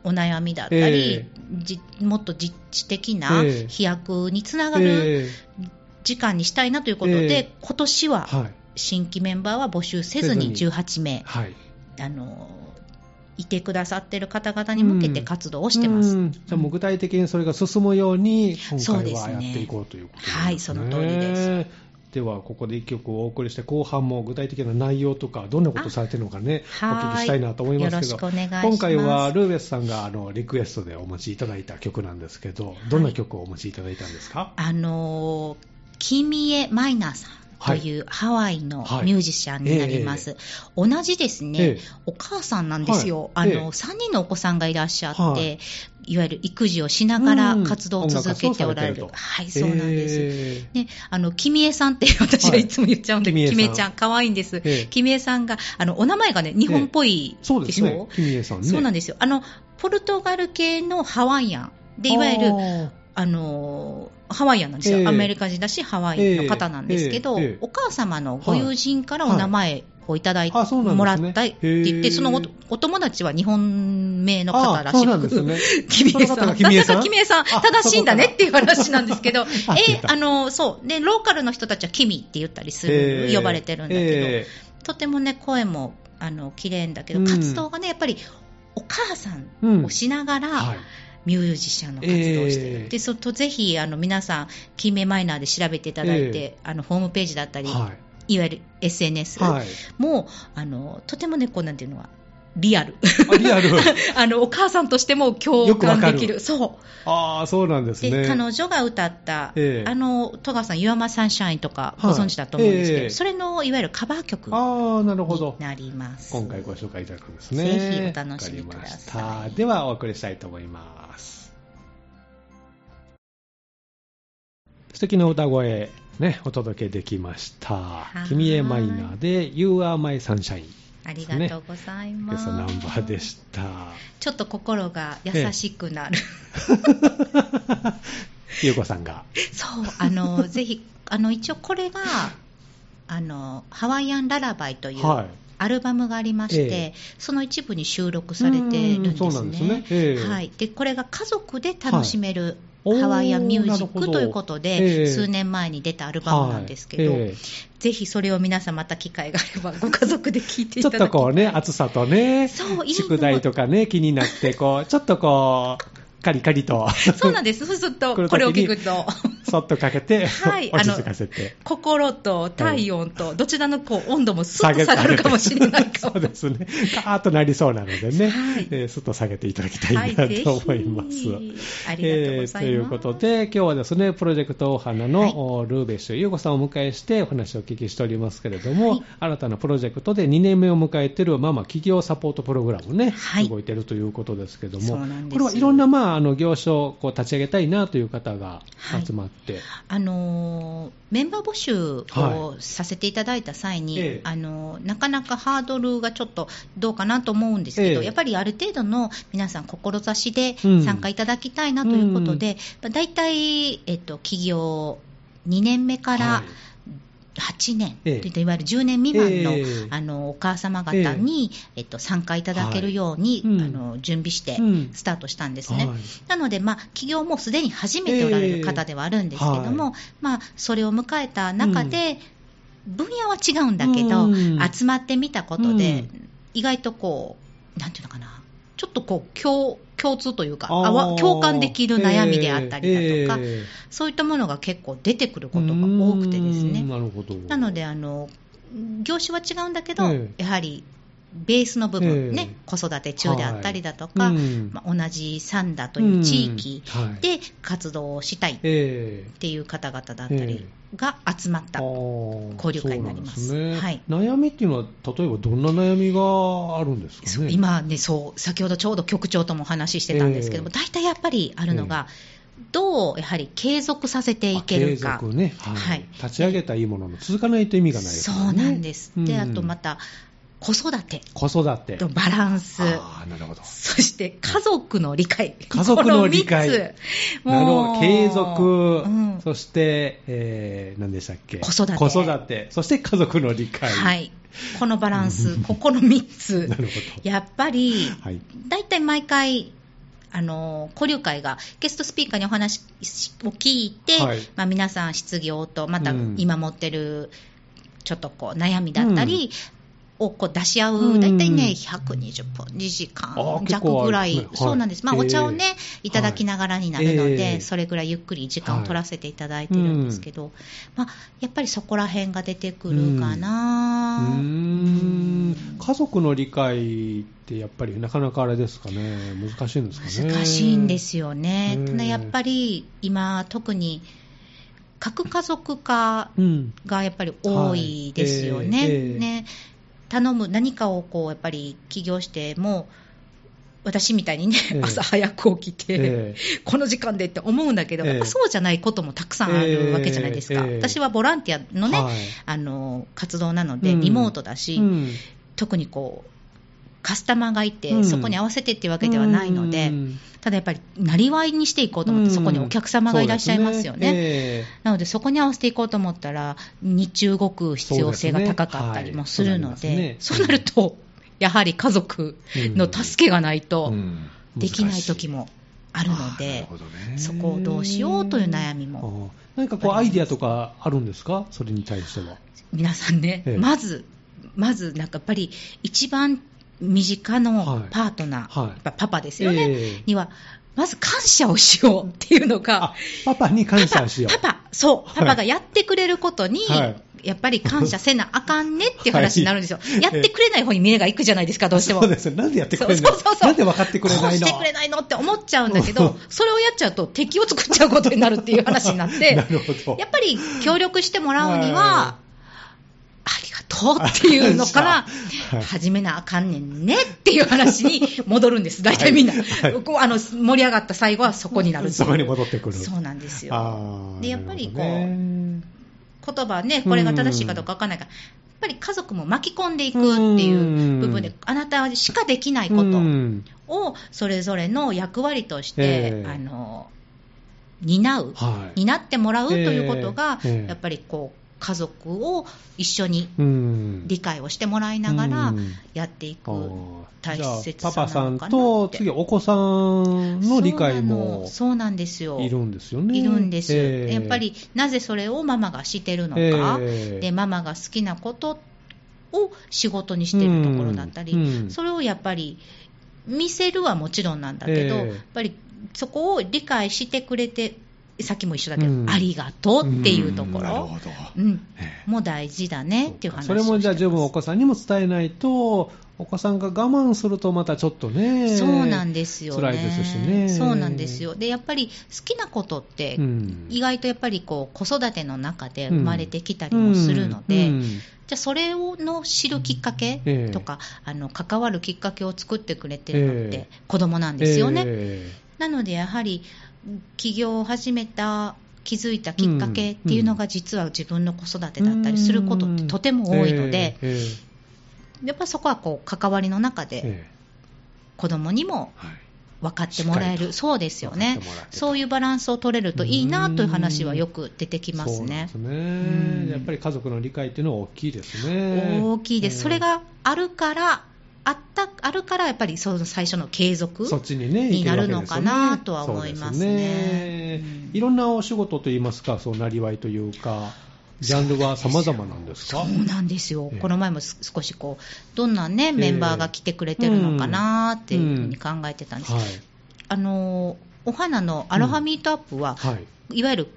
Speaker 2: お悩みだったり
Speaker 1: え、
Speaker 2: じもっと実地的な
Speaker 1: ええ
Speaker 2: 飛躍につながる
Speaker 1: え
Speaker 2: 時間にしたいなということで、
Speaker 1: ええ
Speaker 2: 今年
Speaker 1: ー
Speaker 2: は
Speaker 1: はい
Speaker 2: 新規メンバーは募集せずに
Speaker 1: せずに
Speaker 2: 18名、
Speaker 1: はい。
Speaker 2: あのいてくださってる方々に向けて活動をしてます。
Speaker 1: うんじゃあもう具体的にそれが進むように、今
Speaker 2: そう
Speaker 1: 回
Speaker 2: で
Speaker 1: は
Speaker 2: すね
Speaker 1: やっていこうということですね。
Speaker 2: はいその通りです。
Speaker 1: では、ここで一曲お送りして、後半も具体的な内容とか、どんなことされてるのかね、お
Speaker 2: はーい
Speaker 1: 聞きしたいなと思いますけど、
Speaker 2: よろしくお願いします
Speaker 1: 今回はルーベスさんがあのリクエストでお持ちいただいた曲なんですけど、どんな曲をお持ちいただいたんですか
Speaker 2: あのーキミエ・マイナーさんというハワイのミュージシャンになります。同じですね、
Speaker 1: ええ
Speaker 2: お母さんなんですよ。
Speaker 1: はい
Speaker 2: あの、
Speaker 1: ええ
Speaker 2: 3人のお子さんがいらっしゃって、、
Speaker 1: はい
Speaker 2: わゆる育児をしながら
Speaker 1: うん
Speaker 2: 活動を続けておられる。
Speaker 1: 音楽活動をされてると
Speaker 2: はい、そうなんです。
Speaker 1: え
Speaker 2: ね、あの、キミエさんって私がいつも言っちゃうんで、
Speaker 1: はい
Speaker 2: キミエ
Speaker 1: キミエさん
Speaker 2: ちゃん、可愛いんです。
Speaker 1: ええ
Speaker 2: キミエさんが、あの、お名前がね、日本っぽい
Speaker 1: ー
Speaker 2: でしょ、
Speaker 1: そうですね、君江さんね。
Speaker 2: そうなん
Speaker 1: で
Speaker 2: ですよ。あの、ポルトガル系のハワイアン。で、いわゆる、あのーハワイアンなんですよ、
Speaker 1: ええ
Speaker 2: アメリカ人だし、ハワイの方なんですけど、
Speaker 1: ええええ
Speaker 2: お母様のご友人からお名前をいただいて、
Speaker 1: はいあそうなんですね
Speaker 2: もらったって言っ
Speaker 1: へえ
Speaker 2: て、そのおお友達は日本名の方ら
Speaker 1: あーそ
Speaker 2: し
Speaker 1: うなんで
Speaker 2: く、
Speaker 1: すね。
Speaker 2: 君江さん、
Speaker 1: その方が
Speaker 2: さ
Speaker 1: 君江
Speaker 2: す
Speaker 1: さん
Speaker 2: が君江さん、
Speaker 1: あ
Speaker 2: 正しいんだねっていう話なんですけど、え
Speaker 1: あ出た
Speaker 2: あのーそうで、ローカルの人たちは君って言ったりする、
Speaker 1: えー
Speaker 2: 呼ばれてるんだけど、
Speaker 1: え
Speaker 2: とてもね、声もあの綺麗んだけど、
Speaker 1: うん
Speaker 2: 活動がね、やっぱりお母さんをしながら、
Speaker 1: ーはい
Speaker 2: ミュージシャンの活動をしている、
Speaker 1: ええ
Speaker 2: でそとぜひあの皆さん、金目マイナーで調べていただいて、
Speaker 1: え
Speaker 2: あのホームページだったり、、
Speaker 1: はい
Speaker 2: わゆる SNS
Speaker 1: い。はい。
Speaker 2: も、あのとてもね、こうなんていうのは、リアル
Speaker 1: あリアル。
Speaker 2: あの、お母さんとしても共
Speaker 1: よくわ
Speaker 2: 感
Speaker 1: かる
Speaker 2: できる、そ
Speaker 1: ああ、そうなんで
Speaker 2: う
Speaker 1: す
Speaker 2: で、
Speaker 1: ね。
Speaker 2: 彼女が歌った、
Speaker 1: ええ
Speaker 2: あの戸川さん、You Are My Sunshine とかご
Speaker 1: はい
Speaker 2: 存知だと思うんですけど、
Speaker 1: ええ
Speaker 2: それのいわゆるカバー曲に
Speaker 1: ああ、なるほど。
Speaker 2: なります。
Speaker 1: 今回ご紹介いただくんですね。
Speaker 2: ぜひお楽しみください
Speaker 1: わかりましたではお送りしたいと思います。素敵な歌声、ね、お届けできました
Speaker 2: は。い
Speaker 1: 君へマイナーで You are my sunshine。
Speaker 2: ありがとうござい
Speaker 1: ゲ
Speaker 2: ま
Speaker 1: ス
Speaker 2: す。
Speaker 1: トナンバーでした。
Speaker 2: ちょっと心が優しくなる、
Speaker 1: ゆうこさんが。
Speaker 2: そう、あ の、ぜひ、あの、一応これが、あの、ハワイアンララバイという、
Speaker 1: はい。
Speaker 2: アルバムがありまして、
Speaker 1: ええ
Speaker 2: その一部に収録されてるんで
Speaker 1: うーんそうな
Speaker 2: す
Speaker 1: んで
Speaker 2: ね。
Speaker 1: すねええ
Speaker 2: はい。で、これが家族で楽しめる、
Speaker 1: はいおー
Speaker 2: ハワイアンミュー
Speaker 1: な
Speaker 2: ジ
Speaker 1: る
Speaker 2: ッ
Speaker 1: ほ
Speaker 2: ク
Speaker 1: ど
Speaker 2: ということ
Speaker 1: え
Speaker 2: で、
Speaker 1: え
Speaker 2: 数年前に出たアルバムなんですけど、
Speaker 1: はいえ
Speaker 2: ぜひそれを皆さんまた機会があればご家族で聴い
Speaker 1: え
Speaker 2: てい
Speaker 1: ちょ
Speaker 2: た
Speaker 1: っ
Speaker 2: だき
Speaker 1: とこうね、暑さとね、
Speaker 2: そう、いいの
Speaker 1: 宿題とかね、気になって、こう、ちょっとこ う、カリカリと、
Speaker 2: そうなんです。そうすると、
Speaker 1: 来る時に
Speaker 2: これを聞くと。
Speaker 1: そっとかけて、
Speaker 2: はい
Speaker 1: 落ち着かせて。
Speaker 2: 心と体温と、どちらのこう温度もスッと下がるかもしれないか
Speaker 1: そう
Speaker 2: も。
Speaker 1: ですね。ガーッとなりそうなのでね、
Speaker 2: はい
Speaker 1: えーすっと下げていただきたいなと思います。
Speaker 2: はいぜひありがとうございます。
Speaker 1: えーということで、今日はですね、プロジェクトお花の、
Speaker 2: はい
Speaker 1: おルーベッシュ優子さんをお迎えしてお話をお聞きしておりますけれども、
Speaker 2: はい
Speaker 1: 新たなプロジェクトで2年目を迎えているママ企業サポートプログラムね、
Speaker 2: はい
Speaker 1: 動いているということですけど
Speaker 2: そ
Speaker 1: も
Speaker 2: うなん、です
Speaker 1: これはいろんな、まあ、あの業種をこう立ち上げたいなという方が
Speaker 2: はい
Speaker 1: 集まって、
Speaker 2: あのーメンバー募集をさせていただいた際に、
Speaker 1: ええ
Speaker 2: あのーなかなかハードルがちょっとどうかなと思うんですけど、
Speaker 1: ええ
Speaker 2: やっぱりある程度の皆さん、志で
Speaker 1: うん
Speaker 2: 参加いただきたいなということで、まあ大体、えっと、企業2年目から、
Speaker 1: はい
Speaker 2: 8年、
Speaker 1: ええ
Speaker 2: といったいわゆる10年未満の,、
Speaker 1: ええ
Speaker 2: あのお母様方に、えっと、参加いただけるように、
Speaker 1: はいうん
Speaker 2: あの準備して
Speaker 1: うん
Speaker 2: スタートしたんですね。
Speaker 1: はい
Speaker 2: なので、まあ、企業もすでに始めておられる方ではあるんですけども、
Speaker 1: ええは
Speaker 2: まあ、それを迎えた中で、分野は違うんだけど、
Speaker 1: うん
Speaker 2: 集まってみたことで、
Speaker 1: う
Speaker 2: 意外とこう、なんていうのかな、ちょっとこう共共通というか、
Speaker 1: あー
Speaker 2: あわ共感できる悩みであったりだとか、
Speaker 1: えーえー
Speaker 2: そういったものが結構出てくることが多くてです
Speaker 1: うーん
Speaker 2: ね。
Speaker 1: なるほど。
Speaker 2: なのであの業種は違うんだけど、
Speaker 1: ええ
Speaker 2: やはりベースの部分、
Speaker 1: え
Speaker 2: ね
Speaker 1: え
Speaker 2: 子育て中であったりだとか、
Speaker 1: うん
Speaker 2: まあ同じ三田という地域
Speaker 1: うんはい
Speaker 2: で活動をしたいっ
Speaker 1: え
Speaker 2: ていう方々だった
Speaker 1: え
Speaker 2: りが集まった、
Speaker 1: 交
Speaker 2: 交流会になります
Speaker 1: ね
Speaker 2: はい
Speaker 1: 悩みっていうのは、例えばどんな悩みがあるんですか
Speaker 2: そう
Speaker 1: ね。
Speaker 2: 今ねそう、先ほどちょうど局長ともお話ししてたんですけども、
Speaker 1: え
Speaker 2: 大体やっぱりあるのが、どうやはり継続させていける
Speaker 1: あ
Speaker 2: か
Speaker 1: 継。続ね、はい
Speaker 2: はい
Speaker 1: 立ち上げたいいものの続かないと意味がないです
Speaker 2: そ
Speaker 1: から
Speaker 2: う
Speaker 1: ね
Speaker 2: なんです、で
Speaker 1: うん
Speaker 2: あとまた子育て
Speaker 1: 子育て
Speaker 2: とバランス、
Speaker 1: ああなるほど
Speaker 2: そして家族の理解、
Speaker 1: 家族の理解
Speaker 2: この三つ
Speaker 1: なるほど継続、
Speaker 2: うん
Speaker 1: そして、えー、何でしたっけ
Speaker 2: 子育て
Speaker 1: 子育てそして家族の理解
Speaker 2: はい、このバランス、ここの3つ
Speaker 1: な、るほど
Speaker 2: やっぱり、
Speaker 1: はい
Speaker 2: 大体毎回、あの交流会がゲストスピーカーにお話を聞いて、
Speaker 1: はい
Speaker 2: まあ、皆さん、失業と、また
Speaker 1: うん
Speaker 2: 今持ってるちょっとこう悩みだったり、をこう出し合う、だいたいね、120分、2時
Speaker 1: あ
Speaker 2: 間
Speaker 1: ー結構
Speaker 2: 弱
Speaker 1: ある
Speaker 2: ぐらい、
Speaker 1: はい
Speaker 2: そうなんです、まあ、
Speaker 1: えー
Speaker 2: お茶をね、いただきながらになるの
Speaker 1: はい
Speaker 2: で、
Speaker 1: えー
Speaker 2: それぐらいゆっくり時間を取らせていただいてるんですけど、まあ、やっぱりそこら辺が出てくるか
Speaker 1: う
Speaker 2: な、
Speaker 1: ーん家族の理解ってやっぱりなかなかあれですかね難しいんですかね
Speaker 2: 難しいんですよね、
Speaker 1: うん
Speaker 2: ただやっぱり今、特に核家族化
Speaker 1: うん
Speaker 2: がやっぱり多いですよね。
Speaker 1: はいえー
Speaker 2: ね頼む何かをこうやっぱり起業しても私みたいにね、
Speaker 1: えー
Speaker 2: 朝早く起きて、
Speaker 1: え
Speaker 2: この時間でって思うんだけど、
Speaker 1: ええ
Speaker 2: やっぱそうじゃないこともたくさんあるわけじゃないです
Speaker 1: え
Speaker 2: か、
Speaker 1: えええ
Speaker 2: 私はボランティアのね、
Speaker 1: はい
Speaker 2: あの活動なので、
Speaker 1: うん
Speaker 2: リモートだし、
Speaker 1: うん
Speaker 2: 特にこうカスタマーがいて、
Speaker 1: うん
Speaker 2: そこに合わせてっていうわけではないので、
Speaker 1: うん
Speaker 2: ただやっぱり、なりわいにしていこうと思って、
Speaker 1: うん
Speaker 2: そこにお客様がいらっしゃいますよ
Speaker 1: そうで
Speaker 2: ね。
Speaker 1: すねええ
Speaker 2: なので、そこに合わせていこうと思ったら、日中動く必要性が高かったりもするので、
Speaker 1: そ
Speaker 2: そうう
Speaker 1: ですねはい
Speaker 2: なると、やはり家族の助けがないと
Speaker 3: うん
Speaker 2: できない時もあるの
Speaker 3: なる
Speaker 2: で
Speaker 3: ほ、どね
Speaker 2: そこをどうしようという悩みも、
Speaker 1: ああ何かこうアイディアとかあるんですかそれに対しては
Speaker 2: 皆さんね
Speaker 1: ええ、
Speaker 2: まず、まずなんかやっぱり、一番身近のパートナー、
Speaker 1: はい
Speaker 2: やっぱパパですよね、
Speaker 1: ええ
Speaker 2: には、まず感謝をしようっていうのが
Speaker 1: あ。パパに感謝しよう
Speaker 2: パパ、そう、パパがやってくれることに、
Speaker 1: はい
Speaker 2: やっぱり感謝せなあかんねっていう話になるんですよ。やってくれない方に目が行くじゃないですか、どうしても。
Speaker 1: そうですよなんでやってくれないの
Speaker 2: そうそうそうそう
Speaker 1: なんで分かってくれ
Speaker 2: こう
Speaker 1: ない
Speaker 2: し
Speaker 1: の
Speaker 2: てくれないのって思っちゃうんだけど、それをやっちゃうと敵を作っちゃうことになるっていう話になって、
Speaker 1: な
Speaker 2: や
Speaker 1: るほど
Speaker 2: っぱり協力してもらうに
Speaker 1: は
Speaker 2: は、ありがとうっていうのから
Speaker 1: はいはい、
Speaker 2: 始めなあかんねんねっていう話に戻るんです。大体みんな、
Speaker 1: はい
Speaker 2: こうあの盛り上がった最後はそこになるっていう
Speaker 1: そこに戻ってくる
Speaker 2: そうなんですよ。
Speaker 1: ああ
Speaker 2: でやっぱりこう
Speaker 1: なるほどね
Speaker 2: 言葉ね、これが正しいかどうかわからないから、やっぱり家族も巻き込んでいくっていう部分
Speaker 1: う
Speaker 2: で
Speaker 1: ん、
Speaker 2: あなたしかできないこ
Speaker 1: う
Speaker 2: と
Speaker 1: ん
Speaker 2: を、それぞれの役割とし
Speaker 1: え
Speaker 2: て、
Speaker 1: え
Speaker 2: あの担う、
Speaker 1: はい
Speaker 2: 担ってもらうということが、
Speaker 1: ええええ
Speaker 2: やっぱりこう、家族を一緒に
Speaker 1: うん
Speaker 2: 理解をしてもらいなが
Speaker 1: う
Speaker 2: ら
Speaker 1: ん
Speaker 2: やっていく。
Speaker 1: ああ
Speaker 2: 大
Speaker 1: じゃあ
Speaker 2: 切
Speaker 1: パ
Speaker 2: さ
Speaker 1: パさ
Speaker 2: なんのかなっ
Speaker 1: と
Speaker 2: て
Speaker 1: 次お子さんの理解
Speaker 2: そうな
Speaker 1: も
Speaker 2: のそうなんですよ。
Speaker 1: いるんですよね
Speaker 2: いるんです、
Speaker 1: ええ
Speaker 2: やっぱりなぜそれをママがしてるのか、
Speaker 1: ええ
Speaker 2: でママが好きなことを仕事にしてるところだったり、
Speaker 1: うんうん
Speaker 2: それをやっぱり見せるはもちろんなんだけど、
Speaker 1: ええ
Speaker 2: やっぱりそこを理解してくれて、さっきも一緒だけど、
Speaker 1: うん
Speaker 2: ありがとうっていうとこ
Speaker 3: なるほ
Speaker 2: ろ、
Speaker 3: ど
Speaker 2: うんもう大事だねっていう話
Speaker 1: それもじゃあ十分お
Speaker 2: か
Speaker 1: 子さんにも伝えないとお子さんが我慢するとまたちょっとね
Speaker 2: そうなんですよね。
Speaker 1: 辛いですしね
Speaker 2: そうなんですよ。で、やっぱり好きなことって
Speaker 1: うん、
Speaker 2: 意外とやっぱりこう子育ての中で生まれてきたりもするので、
Speaker 1: うん
Speaker 2: じゃあそれをの知るきっかけ
Speaker 1: ええ
Speaker 2: とか、あの関わるきっかけを作ってくれてるのっ
Speaker 1: え
Speaker 2: て子供なんですよね。
Speaker 1: え
Speaker 2: なのでやはり起業を始めた気づいたきっかけっていうのが実は自分の子育て
Speaker 1: え
Speaker 2: だったりすることってとても多いので、
Speaker 1: ええ
Speaker 2: やっぱそこはこう関わりの中
Speaker 1: ええ
Speaker 2: で
Speaker 1: え
Speaker 2: 子供にも
Speaker 3: はい
Speaker 2: 分かってもらえ
Speaker 1: しっかりと
Speaker 2: る、そうですよ
Speaker 1: 分
Speaker 2: ね
Speaker 1: かってもらえると
Speaker 2: そういうバランスを取れるといいなという話はよく出て
Speaker 1: え
Speaker 2: きますね。
Speaker 1: そうなんですね
Speaker 2: うん
Speaker 1: やっぱり家族の理解っていうのは大きいですね
Speaker 2: 大きいです、それ
Speaker 1: え
Speaker 2: があるから、あったあるからやっぱりその最初の継
Speaker 1: え
Speaker 2: 続
Speaker 1: そっちにね
Speaker 2: になる
Speaker 1: 行
Speaker 2: の
Speaker 1: けわけ
Speaker 2: か
Speaker 1: ですよね
Speaker 2: なとは思います
Speaker 1: そう
Speaker 2: ね
Speaker 1: ですね。
Speaker 2: うん
Speaker 1: いろんなお仕事といいますかそうなりわいというかジャンルは様々なんです
Speaker 2: そ
Speaker 1: か
Speaker 2: うなんですよ、
Speaker 1: ええ
Speaker 2: この前もす少しこう、どんなね、メンバーが来てくれてるのかなっていうふうに考えてたんです、
Speaker 1: はい
Speaker 2: あのーお花のアロハミートアップは、
Speaker 1: はい
Speaker 2: いわゆる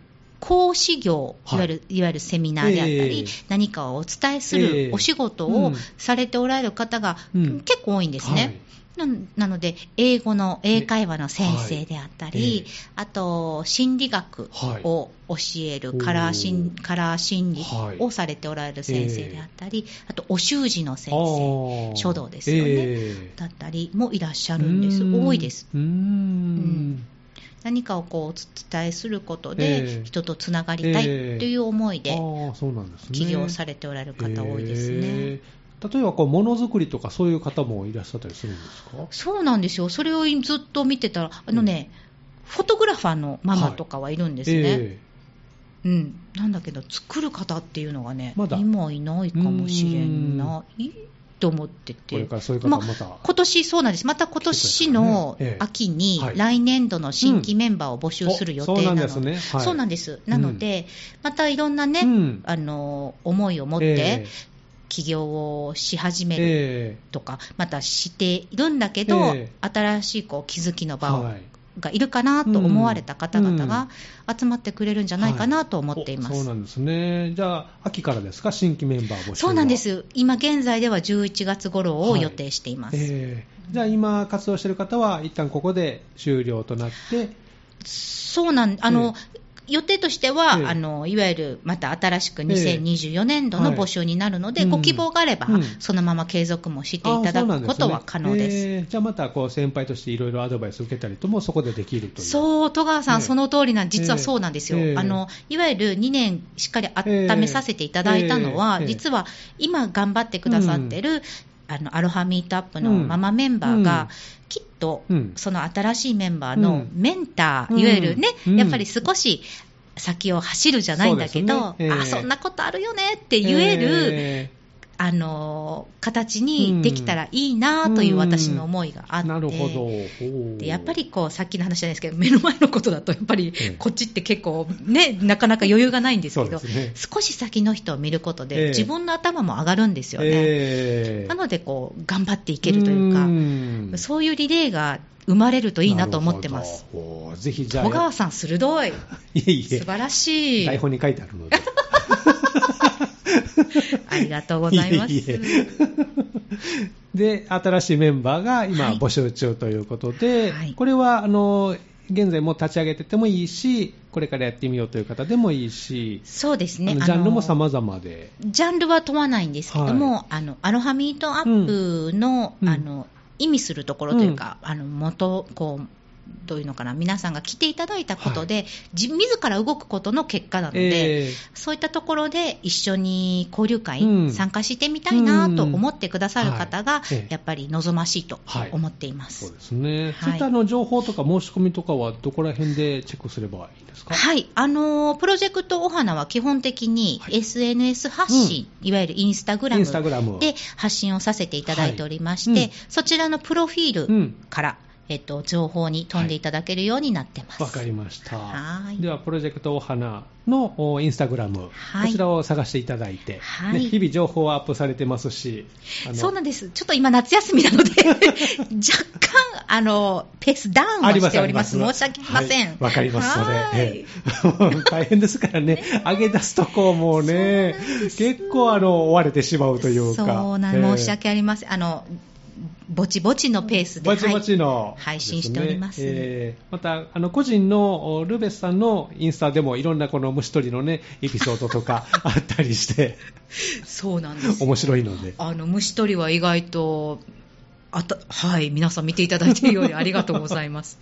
Speaker 2: 講師業、
Speaker 1: はい
Speaker 2: いわゆるいわゆるセミナーであったり、
Speaker 1: ええ
Speaker 2: 何かをお伝えす
Speaker 1: ええ
Speaker 2: るお仕事
Speaker 1: う
Speaker 2: を
Speaker 1: ん
Speaker 2: されておられる方が
Speaker 1: うん
Speaker 2: 結構多いんですね。ななので、英語の英会話の先生であった
Speaker 1: はい
Speaker 2: り、
Speaker 1: ええ
Speaker 2: あと心理学を教える、
Speaker 1: はい
Speaker 2: カラー
Speaker 1: お
Speaker 2: 心
Speaker 1: ー
Speaker 2: カラー心理
Speaker 1: はい
Speaker 2: をされておられる先生であったり、あとお習字の先
Speaker 1: あ
Speaker 2: 生
Speaker 1: ー
Speaker 2: 書道ですよね
Speaker 1: ええ
Speaker 2: だったりもいらっしゃるんです、
Speaker 1: うん
Speaker 2: 多いです。
Speaker 1: うーん
Speaker 2: 何かをこうお伝えすることで、
Speaker 1: ええ
Speaker 2: 人とつながりたいという思い
Speaker 1: あ
Speaker 2: で
Speaker 1: ーそうなんですね
Speaker 2: 起業されておられる方多いですね。
Speaker 1: えー例えばこうものづくりとかそういう方もいらっしゃったりするんですか
Speaker 2: そうなんですよ。それをずっと見てたら、あのね、フォトグラファーのママとかはいるんですね。
Speaker 1: え
Speaker 2: うん。なんだけど、作る方っていうのがね、
Speaker 1: まだ
Speaker 2: 今いないかもしれない。と思ってて。
Speaker 1: これからそういう方また
Speaker 2: 今年そうなんです。また今年の
Speaker 1: 来てくれたらねええ
Speaker 2: 秋に
Speaker 1: はい
Speaker 2: 来年度の新規メンバーを募集する予定なの
Speaker 1: おそうなんですねはい
Speaker 2: そうなんですなので、またいろんなね、
Speaker 1: うん
Speaker 2: あの思いを持って
Speaker 1: え
Speaker 2: 起業をし始
Speaker 1: え
Speaker 2: める
Speaker 1: え
Speaker 2: とか、またしているんだけど、
Speaker 1: え
Speaker 2: 新しいこう気づきの
Speaker 1: え
Speaker 2: 場を、
Speaker 1: はい
Speaker 2: がいるかなと思われた方々
Speaker 1: う
Speaker 2: が集まってくれるんじゃないかなと思っています。
Speaker 1: おそうなんですね。じゃあ、秋からですか、新規メンバー募集は
Speaker 2: そうなんで。す。今現在では11月頃を予定しています。
Speaker 1: ええじゃあ、今、活動している方は、一旦ここで終了となって、
Speaker 2: そうなん、あの、予定としては、
Speaker 1: ええ
Speaker 2: あの、いわゆるまた新しく
Speaker 1: ええ
Speaker 2: 2024年度の
Speaker 1: はい
Speaker 2: 募集になるので、
Speaker 1: うん
Speaker 2: ご希望があれば、
Speaker 1: うん
Speaker 2: そのまま継続もして
Speaker 1: あ
Speaker 2: い
Speaker 1: あ
Speaker 2: ただ
Speaker 1: そうなん
Speaker 2: く
Speaker 1: で
Speaker 2: ことは可能です。
Speaker 1: すねええじゃあ、またこう先輩としていろいろアドバイス受けたりとも、そこでできるという。
Speaker 2: そう、戸川さん、
Speaker 1: ね
Speaker 2: その通りなん、実はそうなんですよ、
Speaker 1: ええ
Speaker 2: あのいわゆる2年しっかり温めさせていただいたのは、
Speaker 1: ええええ
Speaker 2: 実は今、頑張ってくださってる、あのアロハミートアップのママメンバ
Speaker 1: う
Speaker 2: ー
Speaker 1: ん
Speaker 2: が、きっと、
Speaker 1: うん
Speaker 2: その新しいメンバー
Speaker 1: う
Speaker 2: の
Speaker 1: ん
Speaker 2: メンター、
Speaker 1: うん
Speaker 2: いわゆるね、
Speaker 1: うん
Speaker 2: やっぱり少し。先を走るじゃないんだけど、
Speaker 1: そうですねええ
Speaker 2: あそんなことあるよねって言える、
Speaker 1: え
Speaker 2: あの形にできたらいいなという私の思いがあ
Speaker 1: え
Speaker 2: って、
Speaker 1: なるほど。ほう
Speaker 2: でやっぱ、りこうさっきの話じゃないですけど目の前のことだとやっぱり
Speaker 1: ええ
Speaker 2: こっちって結構ねなかなか余裕がないんですけど
Speaker 1: そうですね
Speaker 2: 少し先の人を見ること
Speaker 1: ええ
Speaker 2: で自分の頭も上がるんですよね、
Speaker 1: ええ
Speaker 2: なのでこう頑張っていけるというか
Speaker 1: ん
Speaker 2: そういうリレーが生まれるといいなと思ってます。
Speaker 1: なるほど。おーぜひじゃあ、
Speaker 2: 小川さん鋭い
Speaker 1: いえい
Speaker 2: 素
Speaker 1: え、
Speaker 2: 晴らしい
Speaker 1: 台本に書いてあるので。
Speaker 2: ありがとうございます
Speaker 1: ええ で、新しいメンバーが今
Speaker 2: はい
Speaker 1: 募集中ということで、
Speaker 2: はい
Speaker 1: これは、あの、現在もう立ち上げててもいいし、これからやってみようという方でもいいし、
Speaker 2: そうですね
Speaker 1: あの
Speaker 2: あ
Speaker 1: ジャンルも
Speaker 2: の
Speaker 1: 様々で。
Speaker 2: ジャンルは問わないんですけども、あのアロハミートアップの,、
Speaker 1: うん
Speaker 2: あの意味するところというか、あの元こうどういうのかな皆さんが来ていただいたことで、じ自ら動くことの結果なので、
Speaker 1: ええ
Speaker 2: そういったところで一緒に交流会、
Speaker 1: うん
Speaker 2: 参加してみたいなと思ってくださる方が、
Speaker 1: うんはい
Speaker 2: やっぱり望ましいと
Speaker 1: はい
Speaker 2: 思っていま
Speaker 1: そう
Speaker 2: す。
Speaker 1: ですね、
Speaker 2: はい
Speaker 1: ツイッターの情報とか申し込みとかはどこら辺でチェックすればいいですか、
Speaker 2: はい、あのープロジェクトお花は基本的に
Speaker 1: はい
Speaker 2: SNS 発信、いわゆるインスタグラ
Speaker 1: イ
Speaker 2: ム
Speaker 1: ンスタグラム
Speaker 2: で発信をさせていただいておりまして、
Speaker 1: はいうん
Speaker 2: そちらのプロフィー
Speaker 1: う
Speaker 2: ル
Speaker 1: ん
Speaker 2: から、えっと、情報に飛んでいただけるようになってます。
Speaker 1: わかりました。
Speaker 2: はい
Speaker 1: では、プロジェクトお花のおインスタグラム、
Speaker 2: は
Speaker 1: こ
Speaker 2: い
Speaker 1: ちらを探していただいて、
Speaker 2: はい
Speaker 1: ね日々情報はアップされてますし、あの
Speaker 2: そうなんです。ちょっと今夏休みなので、 若干、あの、ペースダウンをしております。申し訳ありませ
Speaker 1: はい
Speaker 2: ん。
Speaker 1: わ、かりますので
Speaker 2: は、い
Speaker 1: え え大変ですからね、上げ出すとこうもうね
Speaker 2: そうなん、です
Speaker 1: 結構あの追われてしまうというか、
Speaker 2: そうなん、
Speaker 1: ええ
Speaker 2: 申し訳ありません。あの、ぼちぼちのペースで。
Speaker 1: ぼちぼ
Speaker 2: はい
Speaker 1: ちの、
Speaker 2: 配信しております
Speaker 1: でねえーまた、あの、個人のおルベスさんのインスタでもいろんなこの虫取りのね、エピソードと かあったりして、
Speaker 2: そうなんで す。
Speaker 1: 面白いので。
Speaker 2: あの、虫取りは意外と、あた、はい、皆さん見ていただいているようでありがとうございます。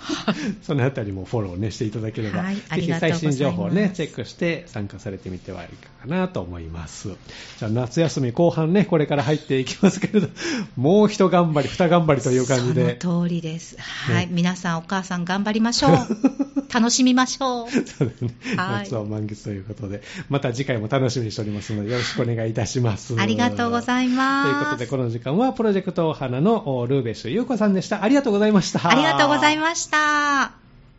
Speaker 2: はい
Speaker 1: そのあたりもフォローね、していただければ、
Speaker 2: はいあ
Speaker 1: ぜ
Speaker 2: り
Speaker 1: ひ
Speaker 2: がとう
Speaker 1: 最
Speaker 2: ござい
Speaker 1: 新
Speaker 2: ます
Speaker 1: 情報をね、チェックして参加されてみてはいかがなと思います。じゃあ、夏休み後半ね、これから入っていきますけれど、 もう一頑張り、二頑 張りという感じで。
Speaker 2: その通りです。はい、
Speaker 1: ね
Speaker 2: 皆さんお母さん頑張りましょう。 楽しみましょう。
Speaker 1: そうですね
Speaker 2: はい
Speaker 1: 夏を満喫ということで、また次回も楽しみにしておりますので、よろしくお願いいたします。
Speaker 2: ありがとうございます。
Speaker 1: ということで、この時間はプロジェクトお花のおルーベッシュ優子さんでした。ありがとうございました。
Speaker 2: ありがとうございました。